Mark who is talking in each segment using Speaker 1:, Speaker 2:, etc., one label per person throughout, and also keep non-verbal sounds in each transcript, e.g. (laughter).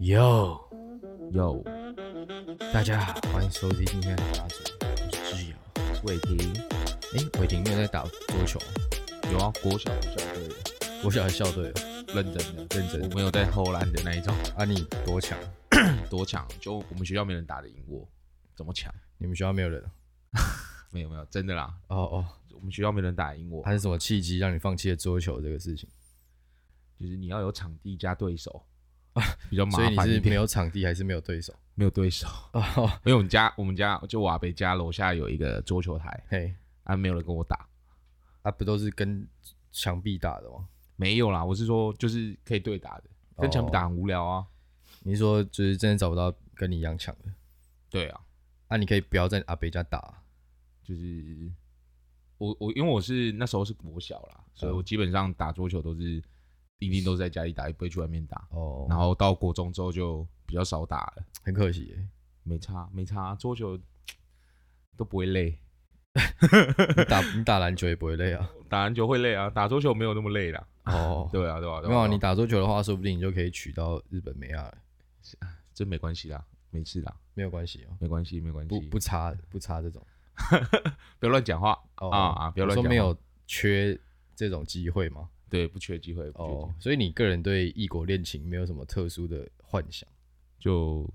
Speaker 1: 哟，
Speaker 2: 有
Speaker 1: 大家好，欢迎收听今天的打嘴，我是志尧。
Speaker 2: 伟霆，
Speaker 1: 哎，伟霆没有在打桌球，
Speaker 2: 有啊，国小校队的，
Speaker 1: 我小孩校队哦
Speaker 2: 认真的，
Speaker 1: 认真
Speaker 2: 我没有在偷懒的那一种，
Speaker 1: 啊，你多强？
Speaker 2: (laughs) 多强！就我们学校没人打得赢我，怎么强？
Speaker 1: 你们学校没有人啊？
Speaker 2: (laughs) 没有没有，真的啦，
Speaker 1: 哦哦，
Speaker 2: 我们学校没人打得赢我，
Speaker 1: 还是什么契机让你放弃了桌球这个事情？
Speaker 2: 就是你要有场地加对 (laughs) 手，比较麻
Speaker 1: 所以
Speaker 2: 烦
Speaker 1: 你是
Speaker 2: 一点
Speaker 1: 没有场地，还是没有对
Speaker 2: (laughs)
Speaker 1: 手？
Speaker 2: 没有对手，
Speaker 1: 哦，
Speaker 2: 因为我们家我们家就瓦北家楼下有一个桌球台，
Speaker 1: 嘿，
Speaker 2: 啊，没有人跟我打，
Speaker 1: 啊，不都是跟墙壁打的吗？
Speaker 2: 没有啦，我是说就是可以对打的，跟墙壁打很无聊啊，
Speaker 1: 你是说就是真的找不到跟你一样强的，
Speaker 2: 对啊，
Speaker 1: 啊，你可以不要在阿北家打啊、
Speaker 2: 就是我我因为我是那时候是国小啦，所以我基本上打桌球都是一定都是在家里打，也不会去外面打。
Speaker 1: 哦，
Speaker 2: 然后到国中之后就比较少打了，
Speaker 1: 很可惜耶，
Speaker 2: 没差没差，桌球都不会累，
Speaker 1: 你打 (laughs) 你打篮球也不会累啊。
Speaker 2: 打篮球会累啊，打桌球没有那么累啦。
Speaker 1: 哦，
Speaker 2: (laughs) 对啊对啊，对啊
Speaker 1: 没有啊、
Speaker 2: 对啊
Speaker 1: 你打桌球的话，说不定你就可以娶到日本美亚了，
Speaker 2: 这没关系啦，没事啦，
Speaker 1: 没有关系哦，
Speaker 2: 没关系没关
Speaker 1: 不
Speaker 2: 系，
Speaker 1: 不差不差这种。
Speaker 2: 不要乱讲话
Speaker 1: 哦
Speaker 2: 啊啊，不要
Speaker 1: 我
Speaker 2: 乱
Speaker 1: 说
Speaker 2: 讲话，
Speaker 1: 没有缺这种机会吗？
Speaker 2: 对，不缺机会不缺机
Speaker 1: 哦
Speaker 2: 会，，
Speaker 1: 所以你个人对异国恋情没有什么特殊的幻想？
Speaker 2: 就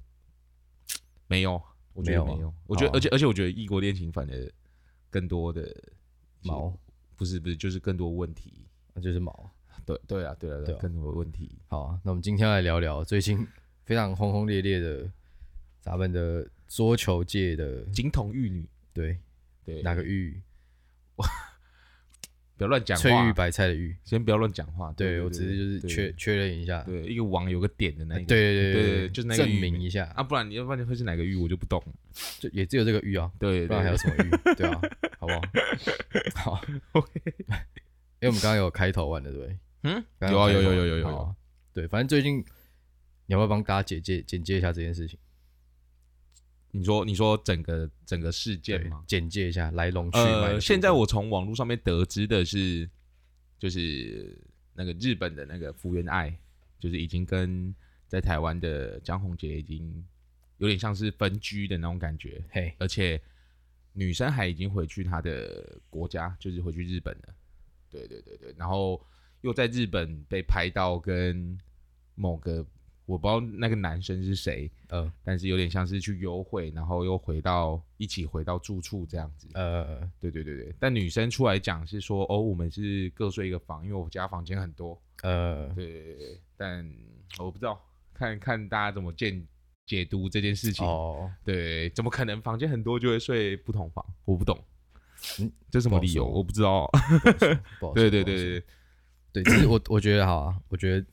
Speaker 2: 没有，我觉得
Speaker 1: 没有啊
Speaker 2: 没有，我觉得
Speaker 1: 哦
Speaker 2: 而且而且我觉得异国恋情反而更多的
Speaker 1: 毛，
Speaker 2: 不是不是，就是更多问题。
Speaker 1: 那就是毛。
Speaker 2: 对对啊，对啊，
Speaker 1: 对
Speaker 2: 对
Speaker 1: 啊
Speaker 2: 啊，更多问题。
Speaker 1: 好啊、那我们今天来聊聊最近非常轰轰烈烈的咱们的桌球界的
Speaker 2: 金童玉女，
Speaker 1: 对
Speaker 2: 对，
Speaker 1: 哪个玉？
Speaker 2: 不要乱讲
Speaker 1: 翠玉
Speaker 2: 话，
Speaker 1: 白菜的玉。
Speaker 2: 先不要乱讲话。
Speaker 1: 对我只是就是
Speaker 2: 对
Speaker 1: 确确认一下，对哎
Speaker 2: 对一个王有个点的那
Speaker 1: 对
Speaker 2: 一个，
Speaker 1: 对
Speaker 2: 对
Speaker 1: 对，
Speaker 2: 对就是那个
Speaker 1: 证
Speaker 2: 玉
Speaker 1: 明
Speaker 2: 名
Speaker 1: 一下，
Speaker 2: 啊，不然你要不然会是哪个玉，我就不懂。
Speaker 1: 就也只有这个玉啊，
Speaker 2: 对，
Speaker 1: 不然还有什么玉？对啊，好
Speaker 2: (laughs)
Speaker 1: 不好？好，因为我们刚刚有开头玩的，对不对？
Speaker 2: 嗯，
Speaker 1: 刚刚
Speaker 2: 有啊
Speaker 1: 开头
Speaker 2: 有有
Speaker 1: 玩
Speaker 2: 有有有
Speaker 1: 好
Speaker 2: 有
Speaker 1: 啊对，反正最近你要不要帮大家简介简介一下这件事情？
Speaker 2: 你说你说整个整个事件
Speaker 1: 对
Speaker 2: 吗？
Speaker 1: 简介一下来龙去脉的部
Speaker 2: 呃，
Speaker 1: 分。
Speaker 2: 现在我从网络上面得知的是，就是那个日本的那个福原爱，就是已经跟在台湾的江宏杰已经有点像是分居的那种感觉，
Speaker 1: 嘿，
Speaker 2: 而且女生还已经回去她的国家，就是回去日本了。对对对对，然后又在日本被拍到跟某个我不知道那个男生是谁，
Speaker 1: 呃
Speaker 2: 但是有点像是去幽会，然后又回到一起回到住处这样子。
Speaker 1: 呃
Speaker 2: 对对对对，但女生出来讲是说，哦，我们是各睡一个房，因为我家房间很多。
Speaker 1: 呃，
Speaker 2: 对对对对，但我不知道，看看大家怎么见解读这件事情。
Speaker 1: 哦，
Speaker 2: 对，怎么可能房间很多就会睡不同房？我不懂，
Speaker 1: 嗯
Speaker 2: 这什
Speaker 1: 不
Speaker 2: 么
Speaker 1: 好
Speaker 2: 理由？
Speaker 1: 说
Speaker 2: 我不知道。 (laughs)
Speaker 1: 不好说
Speaker 2: 对对
Speaker 1: 不好
Speaker 2: 对
Speaker 1: 说
Speaker 2: 对对，
Speaker 1: 对，其实我我觉得好啊，我觉得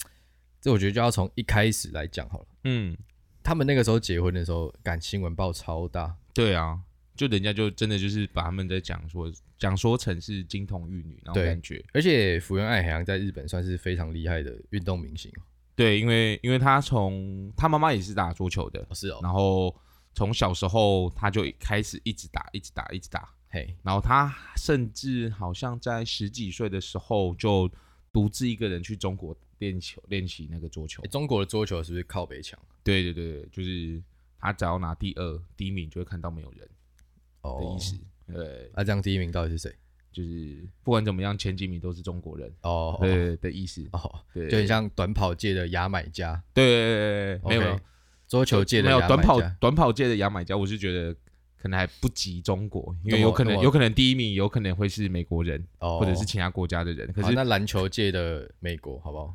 Speaker 1: 这我觉得就要从一开始来讲好了。
Speaker 2: 嗯，
Speaker 1: 他们那个时候结婚的时候，感新闻爆超大，
Speaker 2: 对啊，就人家就真的就是把他们在讲说讲说成是金童玉女那种
Speaker 1: 对
Speaker 2: 感觉。
Speaker 1: 而且福原爱好像在日本算是非常厉害的运动明星。
Speaker 2: 对，因为因为他从他妈妈也是打桌球的，
Speaker 1: 哦，是哦，
Speaker 2: 然后从小时候他就开始一直打，一直打，一直打。
Speaker 1: 嘿，
Speaker 2: 然后他甚至好像在十几岁的时候就独自一个人去中国练球，练习那个桌球
Speaker 1: 诶。中国的桌球是不是靠北强？
Speaker 2: 对对对，对就是他只要拿第二、第一名，就会看到没有人的意思。
Speaker 1: 哦
Speaker 2: 对，
Speaker 1: 啊那、这样第一名到底是谁？
Speaker 2: 就是不管怎么样，前几名都是中国人。
Speaker 1: 哦，
Speaker 2: 对对对的意思，
Speaker 1: 哦，
Speaker 2: 对，
Speaker 1: 就很像短跑界的牙买加，
Speaker 2: 对对对对对，没有没有
Speaker 1: OK，桌球界的
Speaker 2: 呃没有
Speaker 1: 牙买
Speaker 2: 短跑
Speaker 1: 加
Speaker 2: 短跑界的牙买加，我是觉得可能还不及中国，因
Speaker 1: 那
Speaker 2: 为
Speaker 1: 么
Speaker 2: 有可
Speaker 1: 那
Speaker 2: 能
Speaker 1: 么
Speaker 2: 有可能第一名有可能会是美国人
Speaker 1: 哦，
Speaker 2: 或者是其他国家的人，可
Speaker 1: 好
Speaker 2: 是
Speaker 1: 那篮球界的美国好不好？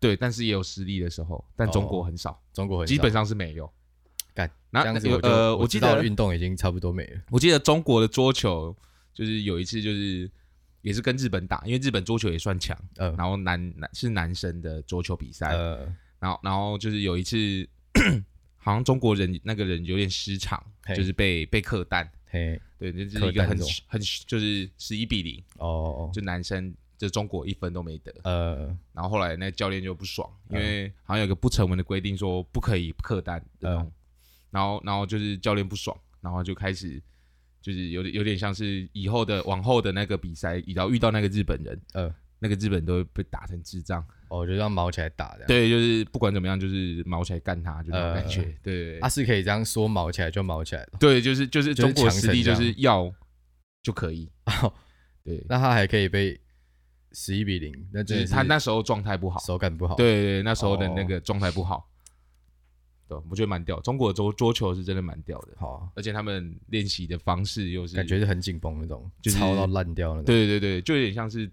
Speaker 2: 对，但是也有失利的时候，但中国很少，
Speaker 1: 中哦国很少
Speaker 2: 基本上是没有。
Speaker 1: 干
Speaker 2: 那
Speaker 1: 这样子
Speaker 2: 有
Speaker 1: 我就，
Speaker 2: 呃，
Speaker 1: 我
Speaker 2: 记
Speaker 1: 知
Speaker 2: 得
Speaker 1: 道运动已经差不多没了。
Speaker 2: 我记得中国的桌球就是有一次就是也是跟日本打，因为日本桌球也算强，
Speaker 1: 呃
Speaker 2: 然后男男是男生的桌球比赛，
Speaker 1: 呃，
Speaker 2: 然后然后就是有一次 (clears throat) 好像中国人那个人有点失常，
Speaker 1: 嘿
Speaker 2: 就是被被克弹，
Speaker 1: 嘿，
Speaker 2: 对，这、是
Speaker 1: 克
Speaker 2: 一个
Speaker 1: 弹
Speaker 2: 很
Speaker 1: 这种
Speaker 2: 很就是十一比零，
Speaker 1: 哦，
Speaker 2: 就男生就中国一分都没得，
Speaker 1: 呃，
Speaker 2: 然后后来那个教练就不爽，
Speaker 1: 嗯
Speaker 2: 因为好像有个不成文的规定说不可以客单，嗯
Speaker 1: 嗯，
Speaker 2: 然后然后就是教练不爽，然后就开始就是有点有点像是以后的往后的那个比赛，只要遇到那个日本人，
Speaker 1: 呃，
Speaker 2: 那个日本都会被打成智障。
Speaker 1: 哦，就让毛起来打的。，
Speaker 2: 对，就是不管怎么样，就是毛起来干他，就那种
Speaker 1: 呃
Speaker 2: 感觉。对、
Speaker 1: 啊，是可以这样说毛起来就毛起来了。
Speaker 2: 对，就是就是
Speaker 1: 就是
Speaker 2: 中国
Speaker 1: 强
Speaker 2: 实
Speaker 1: 成
Speaker 2: 力
Speaker 1: 这
Speaker 2: 就
Speaker 1: 样
Speaker 2: 是要就可以。
Speaker 1: 哦
Speaker 2: 对，
Speaker 1: 那他还可以被十一比零，那
Speaker 2: 就
Speaker 1: 真
Speaker 2: 是
Speaker 1: 的是
Speaker 2: 他那时候状态不好。
Speaker 1: 手感不好。，
Speaker 2: 对对对，那时候的那
Speaker 1: 哦
Speaker 2: 个状态不好。对，我觉得蛮屌。中国的桌桌球是真的蛮屌的，
Speaker 1: 好啊，
Speaker 2: 而且他们练习的方式又是
Speaker 1: 感觉是很紧绷那种，
Speaker 2: 就是
Speaker 1: 操到烂掉那种。
Speaker 2: 对对对，就有点像是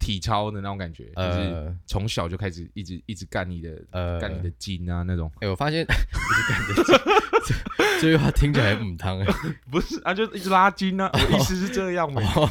Speaker 2: 体操的那种感觉，就是
Speaker 1: 呃
Speaker 2: 从小就开始一直一直干你的
Speaker 1: 呃，
Speaker 2: 干你的筋啊那种。
Speaker 1: 哎、我发现 (laughs) 一直干着这这句话听起来很母汤哎，
Speaker 2: 不是啊，就一直拉筋啊， (laughs) 我意思是这样嘛。
Speaker 1: 哦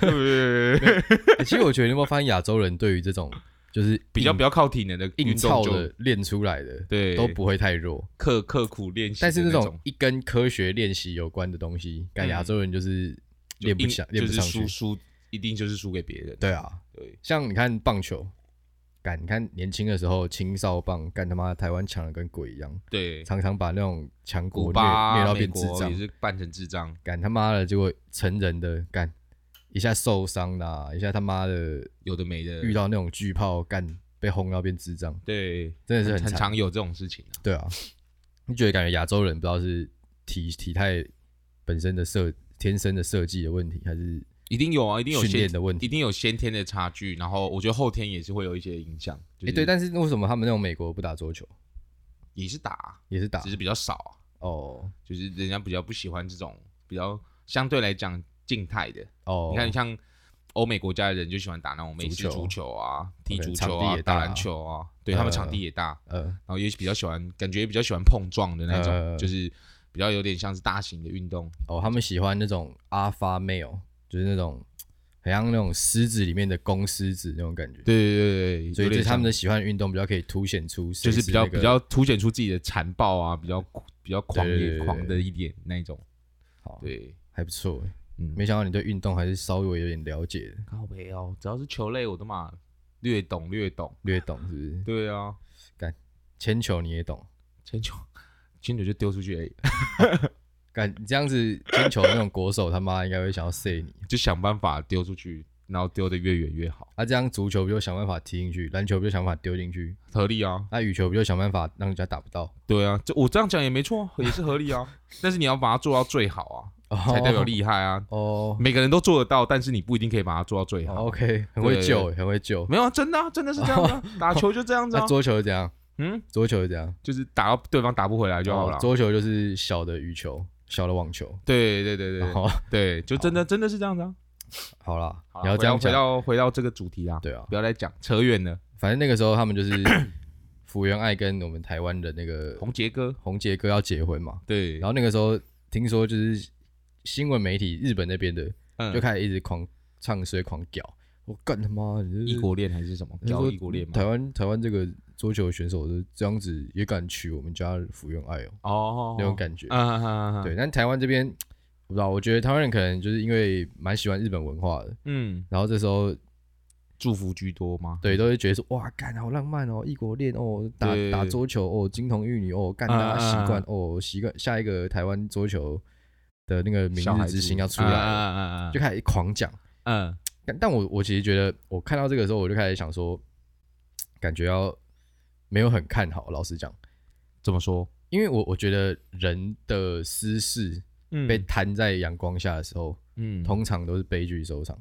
Speaker 2: 对对对
Speaker 1: (laughs)
Speaker 2: 对对，
Speaker 1: 欸其实我觉得你有没有发现亚洲人对于这种就是
Speaker 2: 比较
Speaker 1: 硬
Speaker 2: 比较靠体能的运
Speaker 1: 硬
Speaker 2: 动
Speaker 1: 操
Speaker 2: 就
Speaker 1: 的练出来的，
Speaker 2: 对
Speaker 1: 都不会太弱。
Speaker 2: 刻刻苦练习的
Speaker 1: 但是
Speaker 2: 那
Speaker 1: 那
Speaker 2: 种
Speaker 1: 种一跟科学练习有关的东西，感
Speaker 2: 嗯
Speaker 1: 觉亚洲人就是
Speaker 2: 就
Speaker 1: 练不
Speaker 2: 硬
Speaker 1: 下，练
Speaker 2: 就
Speaker 1: 不
Speaker 2: 是
Speaker 1: 上
Speaker 2: 输
Speaker 1: 去。
Speaker 2: 输一定就是输给别人。
Speaker 1: 对啊，
Speaker 2: 对
Speaker 1: 像你看棒球，干你看年轻的时候青少棒，干他妈台湾抢的跟鬼一样，
Speaker 2: 对，
Speaker 1: 常常把那种强国
Speaker 2: 古
Speaker 1: 虐虐
Speaker 2: 巴、
Speaker 1: 到
Speaker 2: 美
Speaker 1: 变智
Speaker 2: 国
Speaker 1: 障
Speaker 2: 也，是扮成智障，
Speaker 1: 干他妈的结果成人的干一下受伤啦，一下他妈的
Speaker 2: 有的没的
Speaker 1: 遇。到那种巨炮干被轰到变智障，
Speaker 2: 对，
Speaker 1: 真的是很
Speaker 2: 很
Speaker 1: 惨。
Speaker 2: 常有这种事情啊。
Speaker 1: 对啊，你觉得感觉亚洲人不知道是体体态本身的设天生的设计的问题，还是
Speaker 2: 一定有啊，一定有
Speaker 1: 训
Speaker 2: 先
Speaker 1: 练的问题？
Speaker 2: 一定有先天的差距，然后我觉得后天也是会有一些影响。就
Speaker 1: 哎、
Speaker 2: 是
Speaker 1: 对，但是为什么他们那种美国不打桌球，
Speaker 2: 也是打，啊
Speaker 1: 也是打
Speaker 2: 只是比较少啊，
Speaker 1: 哦
Speaker 2: 就是人家比较不喜欢这种比较相对来讲静态的。
Speaker 1: 哦，
Speaker 2: 你看，像欧美国家的人就喜欢打那种美式
Speaker 1: 足球
Speaker 2: 足球啊，踢
Speaker 1: OK，
Speaker 2: 足
Speaker 1: 场
Speaker 2: 球
Speaker 1: 地
Speaker 2: 啊，
Speaker 1: 也大
Speaker 2: 打
Speaker 1: 啊
Speaker 2: 篮球啊，对他们
Speaker 1: 呃
Speaker 2: 场地也大，
Speaker 1: 呃
Speaker 2: 然后也比较喜欢，感觉比较喜欢碰撞的那种，
Speaker 1: 呃
Speaker 2: 就是比较有点像是大型的运动。
Speaker 1: 哦，他们喜欢那种 alpha male，就是哦那种很像那种狮子里面的公狮子那种感觉。
Speaker 2: 对对对对，
Speaker 1: 所以就
Speaker 2: 有点
Speaker 1: 是他
Speaker 2: 像
Speaker 1: 们的喜欢运动比较可以凸显出谁
Speaker 2: 就是比较
Speaker 1: 那个
Speaker 2: 比较凸显出自己的残暴啊，比较比较狂
Speaker 1: 对对对
Speaker 2: 野
Speaker 1: 对
Speaker 2: 狂的一点那一种。
Speaker 1: 好，
Speaker 2: 对，
Speaker 1: 还不错欸。
Speaker 2: 嗯，
Speaker 1: 没想到你对运动还是稍微有点了解的，
Speaker 2: 靠北哦，只要是球类我都嘛略懂略懂。
Speaker 1: 略懂是不是？
Speaker 2: 对啊，
Speaker 1: 铅球你也懂。
Speaker 2: 铅球，铅球就丢出去而已，
Speaker 1: 干你这样子铅球那种国手他妈应该会想要塞你，
Speaker 2: (laughs) 就想办法丢出去，然后丢的越远越好，
Speaker 1: 啊这样足球不就想办法踢进去，篮球不就想办法丢进去，
Speaker 2: 合理啊。
Speaker 1: 那、羽球不就想办法让人家打不到，
Speaker 2: 对啊，这我这样讲也没错啊，也是合理 (laughs) 啊。但是你要把它做到最好 (laughs) 啊，才代表厉害 (laughs) 啊。
Speaker 1: 哦。
Speaker 2: 每个人都做得到，但是你不一定可以把它做到最
Speaker 1: 哦
Speaker 2: 好。
Speaker 1: OK，很会
Speaker 2: 对
Speaker 1: 救欸，很会救。
Speaker 2: 没有啊，真的啊，真的是这样的啊， (laughs) 打球就这样子
Speaker 1: 那
Speaker 2: 啊。
Speaker 1: 桌球是怎样？
Speaker 2: 嗯，
Speaker 1: 桌球是怎样？
Speaker 2: 就是打到对方打不回来就好了
Speaker 1: 哦。桌球就是小的羽球，小的网球。
Speaker 2: 对对对对
Speaker 1: 然后
Speaker 2: 对，就真的真的是这样的啊。
Speaker 1: 好啦，
Speaker 2: 哦好啦
Speaker 1: 你要
Speaker 2: 回
Speaker 1: 这
Speaker 2: 到
Speaker 1: 样
Speaker 2: 回
Speaker 1: 讲，
Speaker 2: 到回到这个主题啊，
Speaker 1: 对啊。
Speaker 2: 不要再讲扯远了。
Speaker 1: 反正那个时候他们就是 (coughs) 福原爱跟我们台湾的那个
Speaker 2: 红杰哥，嗯
Speaker 1: 红杰哥要结婚嘛，
Speaker 2: 对，
Speaker 1: 然后那个时候听说就是新闻媒体日本那边的
Speaker 2: 嗯
Speaker 1: 就开始一直狂唱衰、狂屌。我干他妈！你这是
Speaker 2: 异国恋还是什么？
Speaker 1: 你是
Speaker 2: 叫
Speaker 1: 说
Speaker 2: 异国恋吗？
Speaker 1: 台湾台湾这个桌球选手的这样子也敢娶我们家福原爱哦，
Speaker 2: 哦，
Speaker 1: 那种感觉。
Speaker 2: 啊啊啊，
Speaker 1: 对，，但台湾这边我不知道，我觉得台湾人可能就是因为蛮喜欢日本文化的，
Speaker 2: 嗯，
Speaker 1: 然后这时候
Speaker 2: 祝福居多吗？
Speaker 1: 对都会觉得说哇，干好浪漫哦，异国恋哦，打
Speaker 2: 对
Speaker 1: 打桌球哦，金童玉女哦，干
Speaker 2: 啊
Speaker 1: 大家习惯
Speaker 2: 啊
Speaker 1: 哦，习惯下一个台湾桌球的那个明
Speaker 2: 小孩
Speaker 1: 日之星要出
Speaker 2: 啊啊
Speaker 1: 来了，
Speaker 2: 啊啊啊！
Speaker 1: 就开始狂讲。
Speaker 2: 嗯，
Speaker 1: 但但我我其实觉得，我看到这个时候，我就开始想说，感觉要没有很看好。老实讲，
Speaker 2: 怎么说？
Speaker 1: 因为我我觉得人的私事
Speaker 2: 嗯
Speaker 1: 被摊在阳光下的时候，
Speaker 2: 嗯
Speaker 1: 通常都是悲剧收场。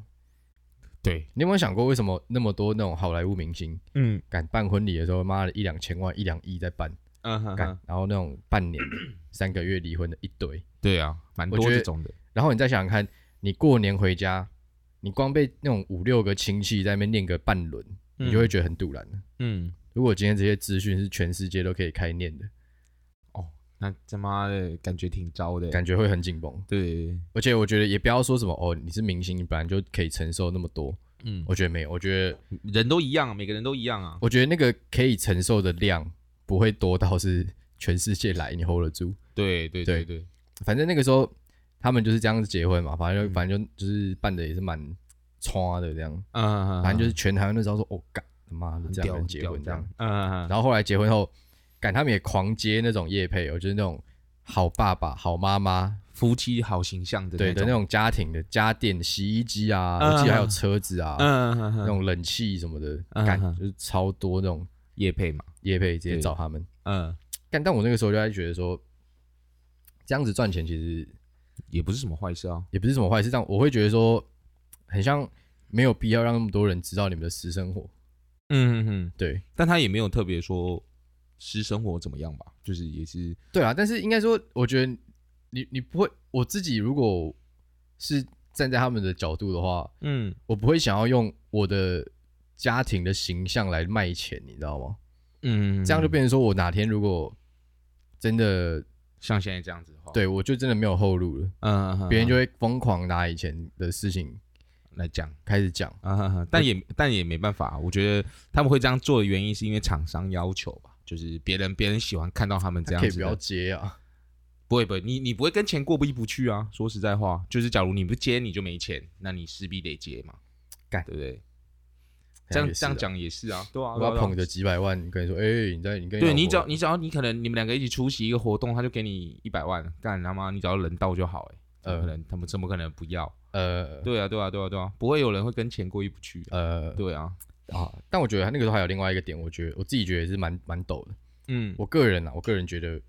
Speaker 2: 对，
Speaker 1: 你有没有想过，为什么那么多那种好莱坞明星
Speaker 2: 嗯
Speaker 1: 敢办婚礼的时候，妈的一两千万、一两亿在办，
Speaker 2: 嗯哼
Speaker 1: 干
Speaker 2: 哼，
Speaker 1: 然后那种半年、 (clears throat) 三个月离婚的一堆，
Speaker 2: 对啊，蛮多
Speaker 1: 我觉得
Speaker 2: 这种的，
Speaker 1: 然后你再想想看，你过年回家，你光被那种五六个亲戚在那边念个半轮，你就会觉得很堵然了。
Speaker 2: 嗯，
Speaker 1: 如果今天这些资讯是全世界都可以开念的，
Speaker 2: 哦，那他妈的感觉挺糟的，
Speaker 1: 感觉会很紧绷。
Speaker 2: 对，
Speaker 1: 而且我觉得也不要说什么哦，你是明星，你本来就可以承受那么多。
Speaker 2: 嗯，
Speaker 1: 我觉得没有，我觉得
Speaker 2: 人都一样，每个人都一样啊，
Speaker 1: 我觉得那个可以承受的量不会多到是全世界来你 hold 得住。
Speaker 2: 对对对对，
Speaker 1: 反正那个时候他们就是这样子结婚嘛，反正就、反正就就是办的也是蛮差的这样，
Speaker 2: 嗯，
Speaker 1: 反正就是全台湾都知道说哦干他妈的这样人结婚这
Speaker 2: 这
Speaker 1: 样
Speaker 2: 样，，嗯，
Speaker 1: 然后后来结婚后，赶他们也狂接那种夜配哦，就是那种好爸爸、好妈妈、
Speaker 2: 夫妻好形象的
Speaker 1: 对的那
Speaker 2: 种，
Speaker 1: 种家庭的家电、洗衣机啊，
Speaker 2: 嗯
Speaker 1: 我记得还有车子啊，
Speaker 2: 嗯嗯
Speaker 1: 那
Speaker 2: 嗯，
Speaker 1: 种冷气什么的，
Speaker 2: 嗯
Speaker 1: 感
Speaker 2: 嗯
Speaker 1: 就是超多那种
Speaker 2: 叶配嘛，
Speaker 1: 业配直接
Speaker 2: 对
Speaker 1: 找他们。
Speaker 2: 嗯，
Speaker 1: 但但我那个时候就在觉得说，这样子赚钱其实
Speaker 2: 也不是什么坏事啊，
Speaker 1: 也不是什么坏事，但我会觉得说，很像没有必要让那么多人知道你们的私生活。
Speaker 2: 嗯嗯，
Speaker 1: 对
Speaker 2: 但他也没有特别说私生活怎么样吧，就是也是，
Speaker 1: 对啊，但是应该说，我觉得你你不会，我自己如果是站在他们的角度的话，
Speaker 2: 嗯
Speaker 1: 我不会想要用我的家庭的形象来卖钱，你知道吗？
Speaker 2: 嗯，
Speaker 1: 这样就变成说我哪天如果真的
Speaker 2: 像现在这样子的话，，
Speaker 1: 对我就真的没有后路了，
Speaker 2: 哦嗯，嗯
Speaker 1: 别人就
Speaker 2: 嗯
Speaker 1: 会疯狂拿以前的事情
Speaker 2: 来讲。
Speaker 1: 开始讲。
Speaker 2: 啊哈哈，但也但也没办法，啊我觉得他们会这样做的原因是因为厂商要求吧，就是别人别人喜欢看到他们这样
Speaker 1: 可以
Speaker 2: 子的。
Speaker 1: 不要接啊，
Speaker 2: 不会不会，你你不会跟钱过不意不去啊。说实在话，就是假如你不接，你就没钱，那你势必得接嘛，
Speaker 1: 干
Speaker 2: 对不对？这样
Speaker 1: 也是
Speaker 2: 这样
Speaker 1: 啊，
Speaker 2: 讲也是啊，对啊，
Speaker 1: 我
Speaker 2: 对啊
Speaker 1: 要
Speaker 2: 对啊
Speaker 1: 捧着几百万跟你说，哎、你在你跟
Speaker 2: 对
Speaker 1: 老
Speaker 2: 你
Speaker 1: 婆
Speaker 2: 只要你只要你可能你们两个一起出席一个活动，他就给你一百万，干他妈你只要人到就好哎、怎么
Speaker 1: 呃
Speaker 2: 可能他们怎么可能不要？
Speaker 1: 呃
Speaker 2: 对啊对啊对啊对啊，不会有人会跟钱过意不去、啊。
Speaker 1: 呃
Speaker 2: 对啊，
Speaker 1: 啊，但我觉得那个时候还有另外一个点，我觉得我自己觉得也是蛮蛮抖的。
Speaker 2: 嗯
Speaker 1: 我个人啊，我个人觉得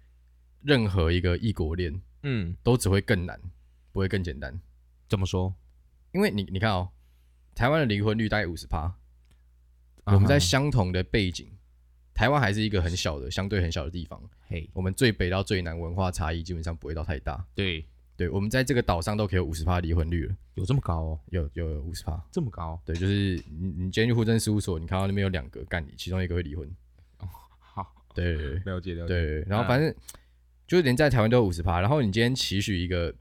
Speaker 1: 任何一个异国恋
Speaker 2: 嗯，
Speaker 1: 都只会更难，不会更简单，
Speaker 2: 怎么说？
Speaker 1: 因为你你看哦，台湾的离婚率大概五十趴，
Speaker 2: 啊哈
Speaker 1: 我们在相同的背景，台湾还是一个很小的相对很小的地方，
Speaker 2: 嘿，
Speaker 1: 我们最北到最南文化差异基本上不会到太大。
Speaker 2: 对，
Speaker 1: 对，我们在这个岛上都可以有五十趴离婚率了，
Speaker 2: 有这么高哦，
Speaker 1: 有有五十趴。
Speaker 2: 这么高，哦
Speaker 1: 对，就是你你今天去户政事务所，你看到那边有两个干你，其中一个会离婚。
Speaker 2: 好，
Speaker 1: 对对对
Speaker 2: 了解了
Speaker 1: 对
Speaker 2: 解。
Speaker 1: 对，然后
Speaker 2: 嗯
Speaker 1: 反正就是连在台湾都有五十趴，然后你今天期许一个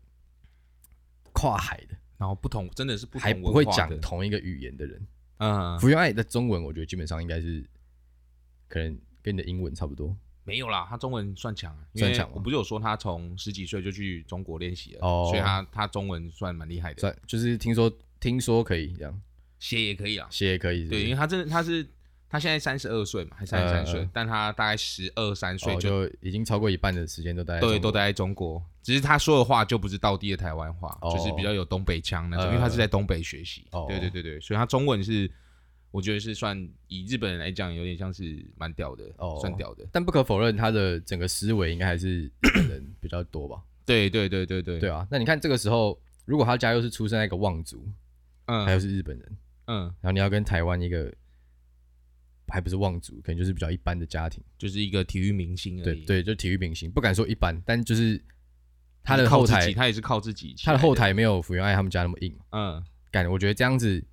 Speaker 1: 跨海的，
Speaker 2: 然后不同真的是不同
Speaker 1: 还不
Speaker 2: 文
Speaker 1: 会
Speaker 2: 化
Speaker 1: 讲
Speaker 2: 的
Speaker 1: 同一个语言的人，
Speaker 2: 嗯，
Speaker 1: 福原爱的中文我觉得基本上应该是可能跟你的英文差不多。
Speaker 2: 没有啦，他中文算强啊，因
Speaker 1: 算
Speaker 2: 为
Speaker 1: 强吗
Speaker 2: 我不是有说他从十几岁就去中国练习了，
Speaker 1: 哦
Speaker 2: 所以他他中文算蛮厉害的，
Speaker 1: 算就是听说听说可以这样
Speaker 2: 写也可以啦。
Speaker 1: 写也可以是不
Speaker 2: 对，因为
Speaker 1: 是，
Speaker 2: 他真的他是他现在三十二岁嘛，还三十三
Speaker 1: 嗯
Speaker 2: 岁
Speaker 1: 嗯，
Speaker 2: 但他大概十二三岁
Speaker 1: 哦
Speaker 2: 就
Speaker 1: 就已经超过一半的时间都待在
Speaker 2: 对
Speaker 1: 中
Speaker 2: 都
Speaker 1: 国
Speaker 2: 待在中国，只是他说的话就不是道地的台湾话，
Speaker 1: 哦
Speaker 2: 就是比较有东北腔那种，
Speaker 1: 嗯
Speaker 2: 因为他是在东北学习
Speaker 1: 哦。
Speaker 2: 对对对对，所以他中文是我觉得是算以日本人来讲，有点像是蛮屌的
Speaker 1: 哦，
Speaker 2: 算屌的。
Speaker 1: 但不可否认他的整个思维应该还是 (coughs) 日本人比较多吧。
Speaker 2: 对对对对对
Speaker 1: 对，啊，那你看这个时候，如果他家又是出生在一个望族，还
Speaker 2: 嗯
Speaker 1: 有是日本人，
Speaker 2: 嗯，
Speaker 1: 然后你要跟台湾一个还不是望族，可能就是比较一般的家庭，
Speaker 2: 就是一个体育明星而
Speaker 1: 对
Speaker 2: 已。
Speaker 1: 对，就体育明星，不敢说一般，但就是他
Speaker 2: 是
Speaker 1: 的
Speaker 2: 靠
Speaker 1: 后
Speaker 2: 自
Speaker 1: 台
Speaker 2: 己，他也是靠自己起
Speaker 1: 他
Speaker 2: 来。
Speaker 1: 的后台没有福原爱他们家那么硬嘛。
Speaker 2: 嗯，
Speaker 1: 感，我觉得这样子，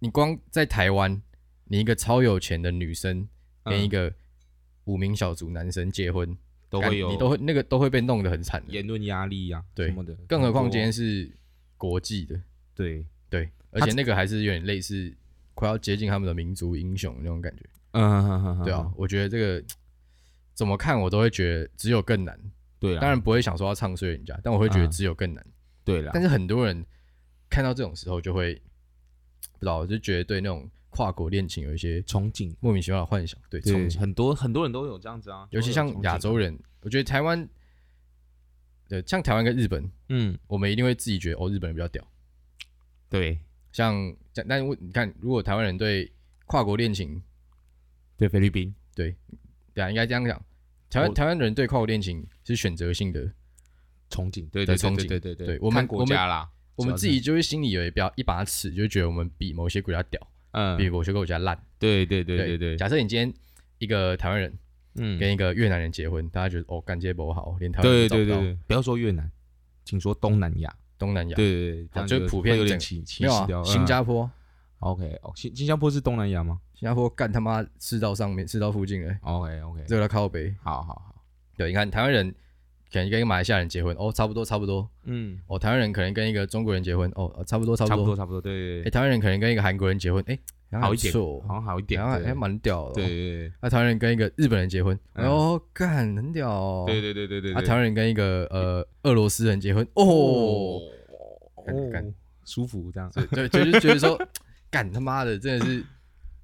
Speaker 1: 你光在台湾，你一个超有钱的女生
Speaker 2: 嗯
Speaker 1: 跟一个无名小卒男生结婚，
Speaker 2: 都
Speaker 1: 干
Speaker 2: 会有
Speaker 1: 你都会那个都会被弄得很惨的，
Speaker 2: 言论压力呀、
Speaker 1: 对
Speaker 2: 什么的。
Speaker 1: 更何况
Speaker 2: 很多
Speaker 1: 今天是国际的，
Speaker 2: 对，
Speaker 1: 对，而
Speaker 2: 他
Speaker 1: 且那个还是有点类似快要接近他们的民族英雄那种感觉，
Speaker 2: 嗯，哼哼哼
Speaker 1: 对啊，，我觉得这个怎么看我都会觉得只有更难，
Speaker 2: 对啊，
Speaker 1: 当然不会想说要唱衰人家，但我会觉得
Speaker 2: 嗯
Speaker 1: 只有更难，
Speaker 2: 对啊了，
Speaker 1: 但是很多人看到这种时候就会不知道，就觉得对那种跨国恋情有一些
Speaker 2: 憧憬，
Speaker 1: 莫名其妙的幻想，对
Speaker 2: 对
Speaker 1: 憧，憬，
Speaker 2: 很多很多人都有这样子啊，
Speaker 1: 尤其
Speaker 2: 都有
Speaker 1: 像
Speaker 2: 憧憬
Speaker 1: 亚，洲人，我觉得台湾，对，像台湾跟日本，
Speaker 2: 嗯，
Speaker 1: 我们一定会自己觉得哦，日本人比较屌。
Speaker 2: 对，
Speaker 1: 像，但但我你看，如果台湾人对跨国恋情，
Speaker 2: 对菲律宾，
Speaker 1: 对啊，应该这样讲，台湾
Speaker 2: 我
Speaker 1: 台湾人对跨国恋情是选择性的，
Speaker 2: 憧憬，对对
Speaker 1: 对憧
Speaker 2: 对
Speaker 1: 憬
Speaker 2: 对对对
Speaker 1: 对我们
Speaker 2: 看国家啦，
Speaker 1: 我们自己就会心里有一标一把尺，就会觉得我们比某些国家屌，
Speaker 2: 嗯，
Speaker 1: 比某些国家烂。
Speaker 2: 对对对对对，
Speaker 1: 假设你今天一个台湾人
Speaker 2: 嗯，
Speaker 1: 跟一个越南人结婚，大家觉得哦，干接不好，连台湾
Speaker 2: 对
Speaker 1: 人都找
Speaker 2: 对对
Speaker 1: 不到
Speaker 2: 对，不要说越南，请说东南亚，
Speaker 1: 东南亚，
Speaker 2: 对对对，这样
Speaker 1: 就
Speaker 2: 有
Speaker 1: 普遍
Speaker 2: 会有
Speaker 1: 整
Speaker 2: 点歧歧
Speaker 1: 没有
Speaker 2: 视掉。
Speaker 1: 啊，
Speaker 2: 嗯
Speaker 1: 新加坡，
Speaker 2: OK，哦，新新加坡是东南亚吗
Speaker 1: 新加坡干他妈赤道上面，赤道附近哎、欸，
Speaker 2: ？OK OK，
Speaker 1: 热到靠北。
Speaker 2: 好好好，
Speaker 1: 对，你看台湾人可能跟一个马来西亚人结婚，哦，差不多差不多。
Speaker 2: 嗯，
Speaker 1: 哦，台湾人可能跟一个中国人结婚，哦，呃差不多差不
Speaker 2: 差不
Speaker 1: 多。
Speaker 2: 多差不多，对对
Speaker 1: 哎、
Speaker 2: 对，
Speaker 1: 台湾人可能跟一个韩国人结婚，哎、好像还
Speaker 2: 好
Speaker 1: 不
Speaker 2: 一点
Speaker 1: 错哦，
Speaker 2: 好像好一点，
Speaker 1: 然后
Speaker 2: 对
Speaker 1: 还蛮屌的、哦。
Speaker 2: 对，对
Speaker 1: 那、台湾人跟一个日本人结婚，
Speaker 2: 嗯
Speaker 1: 哦，干很屌、哦。
Speaker 2: 对对对对对
Speaker 1: 啊，
Speaker 2: 对，
Speaker 1: 台湾人跟一个呃俄罗斯人结婚，哦，
Speaker 2: 哦，舒服这样，
Speaker 1: 对，就是觉得说，干他妈的，真的是